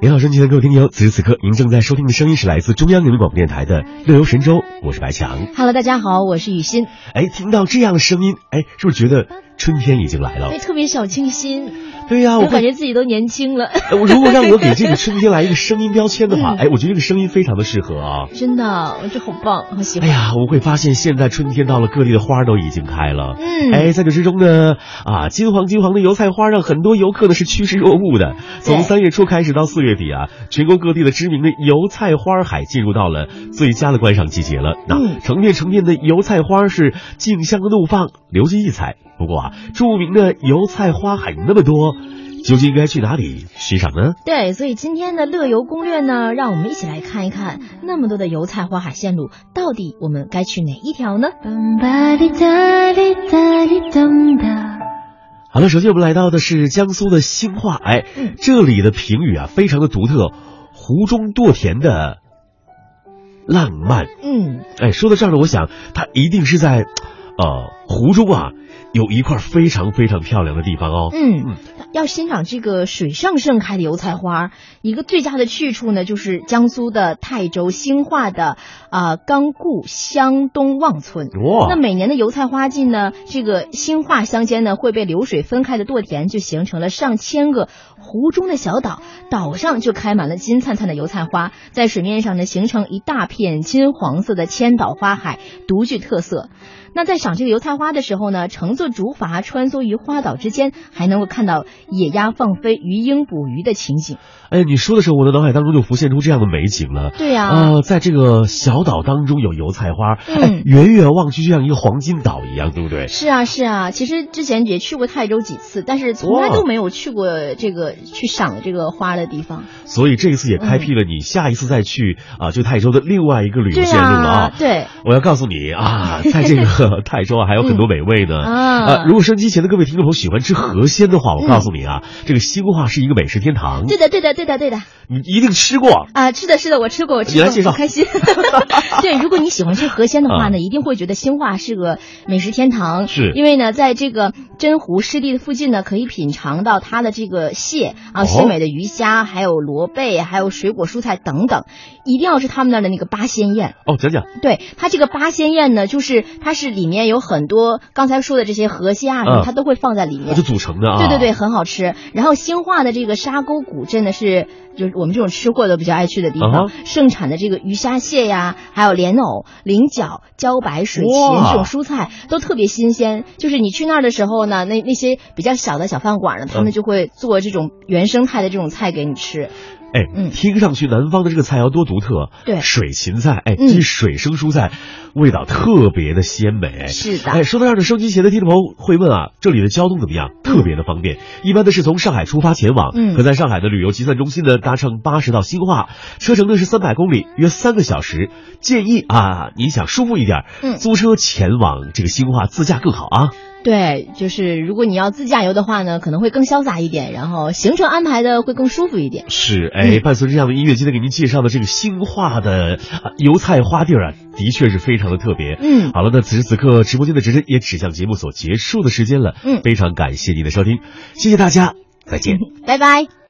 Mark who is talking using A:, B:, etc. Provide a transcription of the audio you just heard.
A: 您好，深情的各位听友，此时此刻您正在收听的声音是来自中央人民广播电台的《乐游神州》，我是白强。
B: Hello，大家好，我是雨欣，
A: 哎，听到这样的声音，哎，是不是觉得春天已经来了
B: 哎，？特别小清新，
A: 对呀、
B: 我
A: 哦我
B: 感
A: 会。
B: 觉自己都年轻了，
A: 哎我如果让我给 这个春天来一个声音标签的话，哎，我觉得这个声音非常的适合啊。
B: 真的，我这好棒，好喜
A: 哎
B: 欢。
A: 呀，我会发现现在春天到了，各地的花儿都已经开了。
B: 嗯，
A: 哎，在这之中呢，啊，金黄金黄的油菜花让很多游客呢是趋之若鹜的。从
B: 对
A: 三月初开始到四月底啊，全国各地的知名的油菜花海进入到了最佳的观赏季节了。那、
B: 嗯
A: 成片成片的油菜花是竞相的怒放，流金溢彩。不过啊，著名的油菜花海那么多，究竟应该去哪里欣赏呢？
B: 对，所以今天的乐游攻略呢，让我们一起来看一看那么多的油菜花海线路，到底我们该去哪一条呢？
A: 嗯
C: Bum ba di da di da di dum da.
A: 好了，首先我们来到的是江苏的兴化，哎
B: 嗯，
A: 这里的评语啊非常的独特，湖中堕田的浪漫。
B: 嗯，
A: 哎，说到这儿呢，我想它一定是在，呃，湖中啊有一块非常非常漂亮的地方哦。
B: 嗯，要欣赏这个水上盛开的油菜花，一个最佳的去处呢，就是江苏的泰州兴化的啊、冈固湘东望村。
A: 哇、
B: 嗯那每年的油菜花季呢，这个兴化乡间呢会被流水分开的垛田，就形成了上千个湖中的小岛，岛上就开满了金灿灿的油菜花，在水面上呢形成一大片金黄色的千岛花海，独具特色。那在赏这个油菜花的时候呢，乘坐竹筏穿梭于花岛之间，还能够看到野鸭放飞、鱼鹰捕鱼的情景。
A: 哎，你说的时候，我的脑海当中就浮现出这样的美景了。
B: 对呀、
A: 啊、在这个小岛当中有油菜花，哎
B: 嗯，
A: 远远望去就像一个黄金岛一样，对不对？
B: 是啊，是啊，其实之前也去过泰州几次，但是从来
A: 哇
B: 都没有去过这个去赏这个花的地方。
A: 所以这一次也
B: 嗯
A: 开辟了你下一次再去啊，就泰州的另外一个旅游
B: 对
A: 线路了
B: 啊
A: 啊。，
B: 对
A: 我要告诉你啊，在这个 泰州啊，还有很多美味呢。呃，
B: 啊嗯
A: 如，果收音机前的各位听众朋友喜欢吃河鲜的话，我告诉你啊，这个兴化是一个美食天堂，
B: 对的，对的，对的，对的
A: 你一定吃过。
B: 啊，是的，是的，我吃过，我吃
A: 你
B: 过，
A: 来介绍啊
B: 很开心。 对，如果你喜欢吃河鲜的话呢，一定会觉得兴化是个美食天堂，
A: 是
B: 因为呢，在这个真湖湿地的附近呢，可以品尝到它的这个蟹
A: 哦
B: 啊，鲜美的鱼虾，还有螺贝，还有水果蔬菜等等，一定要吃他们那儿的那个八仙宴。
A: 哦，讲讲
B: 对它这个八仙宴呢，就是它是里面有很多刚才说的这些河蟹啊什
A: 嗯
B: 么，它都会放在里
A: 那
B: 面
A: 就。组成的啊。
B: 对对对，。很好吃。然后兴化的这个沙沟古镇呢，是就是我们这种吃货都比较爱去的地
A: 啊
B: 方，盛产的这个鱼虾蟹呀，还有莲藕、菱角、茭白、水芹
A: 哇
B: 这种蔬菜都特别新鲜。就是你去那儿的时候呢，那那些比较小的小饭馆呢，他
A: 嗯
B: 们就会做这种原生态的这种菜给你吃。
A: 哎，
B: 嗯
A: 听上去南方的这个菜肴多独特。
B: 对
A: 水芹菜，哎，
B: 嗯
A: 这是水生蔬菜，味道特别的鲜美。
B: 是的，
A: 哎，说到这儿呢，收机前的听众朋友会问啊，这里的交通怎么样？特别的方便，一般的是从上海出发前往，
B: 嗯
A: 可在上海的旅游集散中心呢，搭乘巴士到兴化，车程呢是三百公里，约三个小时。建议啊，您想舒服一点，
B: 嗯
A: 租车前往这个兴化自驾更好啊。
B: 对，就是如果你要自驾游的话呢，可能会更潇洒一点，然后行程安排的会更舒服一点。
A: 是，哎，
B: 嗯
A: 伴随着这样的音乐，今天给您介绍的这个兴化的、啊油菜花地儿啊，的确是非常的特别。
B: 嗯，
A: 好了，那此时此刻直播间的指针也指向节目所结束的时间了。
B: 嗯
A: 非常感谢您的收听，谢谢大家，再见。
B: 拜拜。